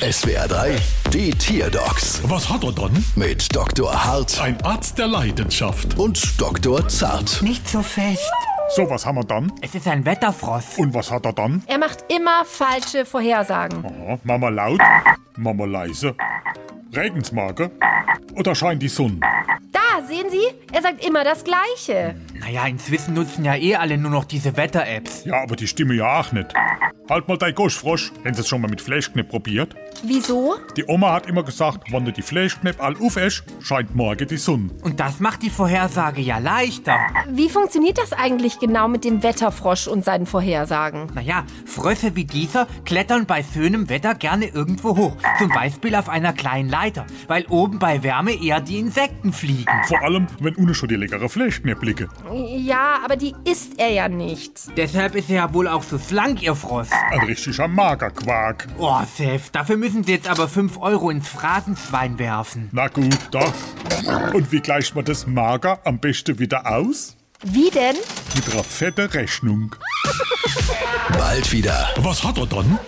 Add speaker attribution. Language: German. Speaker 1: SWR 3, die Tierdocs
Speaker 2: Was hat er dann?
Speaker 1: mit Dr. Hart
Speaker 2: Ein Arzt der Leidenschaft.
Speaker 1: und Dr. Zart.
Speaker 3: Nicht so fest.
Speaker 2: So, was haben wir dann?
Speaker 3: Es ist ein Wetterfrost.
Speaker 2: Und was hat er dann?
Speaker 4: Er macht immer falsche Vorhersagen.
Speaker 2: Aha, Mama laut, Mama leise. Regensmarke oder scheint die Sonne?
Speaker 4: Da, sehen Sie? Er sagt immer das Gleiche.
Speaker 3: Naja, inzwischen nutzen ja eh alle nur noch diese Wetter-Apps.
Speaker 2: Ja, aber die Stimme ja auch nicht. Halt mal dein Gosch, Frosch. Haben Sie es schon mal mit Fleischknepp probiert?
Speaker 4: Wieso?
Speaker 2: Die Oma hat immer gesagt, wenn du die Fleischknepp all aufesch, scheint morgen die Sonne.
Speaker 3: Und das macht die Vorhersage ja leichter.
Speaker 4: Wie funktioniert das eigentlich genau mit dem Wetterfrosch und seinen Vorhersagen?
Speaker 3: Naja, Frösche wie dieser klettern bei schönem Wetter gerne irgendwo hoch. Zum Beispiel auf einer kleinen Leiter, weil oben bei Wärme eher die Insekten fliegen.
Speaker 2: Vor allem, wenn ohne schon die leckere Fleischknepp liege.
Speaker 4: Ja, aber die isst er ja nicht.
Speaker 3: Deshalb ist er ja wohl auch so schlank, ihr Frost.
Speaker 2: Ein richtiger Magerquark.
Speaker 3: Oh, Seth, dafür müssen Sie jetzt aber 5 Euro ins Phrasenschwein werfen.
Speaker 2: Na gut, doch. Und wie gleicht man das Mager am besten wieder aus?
Speaker 4: Wie denn?
Speaker 2: Mit einer fetten Rechnung.
Speaker 1: Bald wieder.
Speaker 2: Was hat er dann?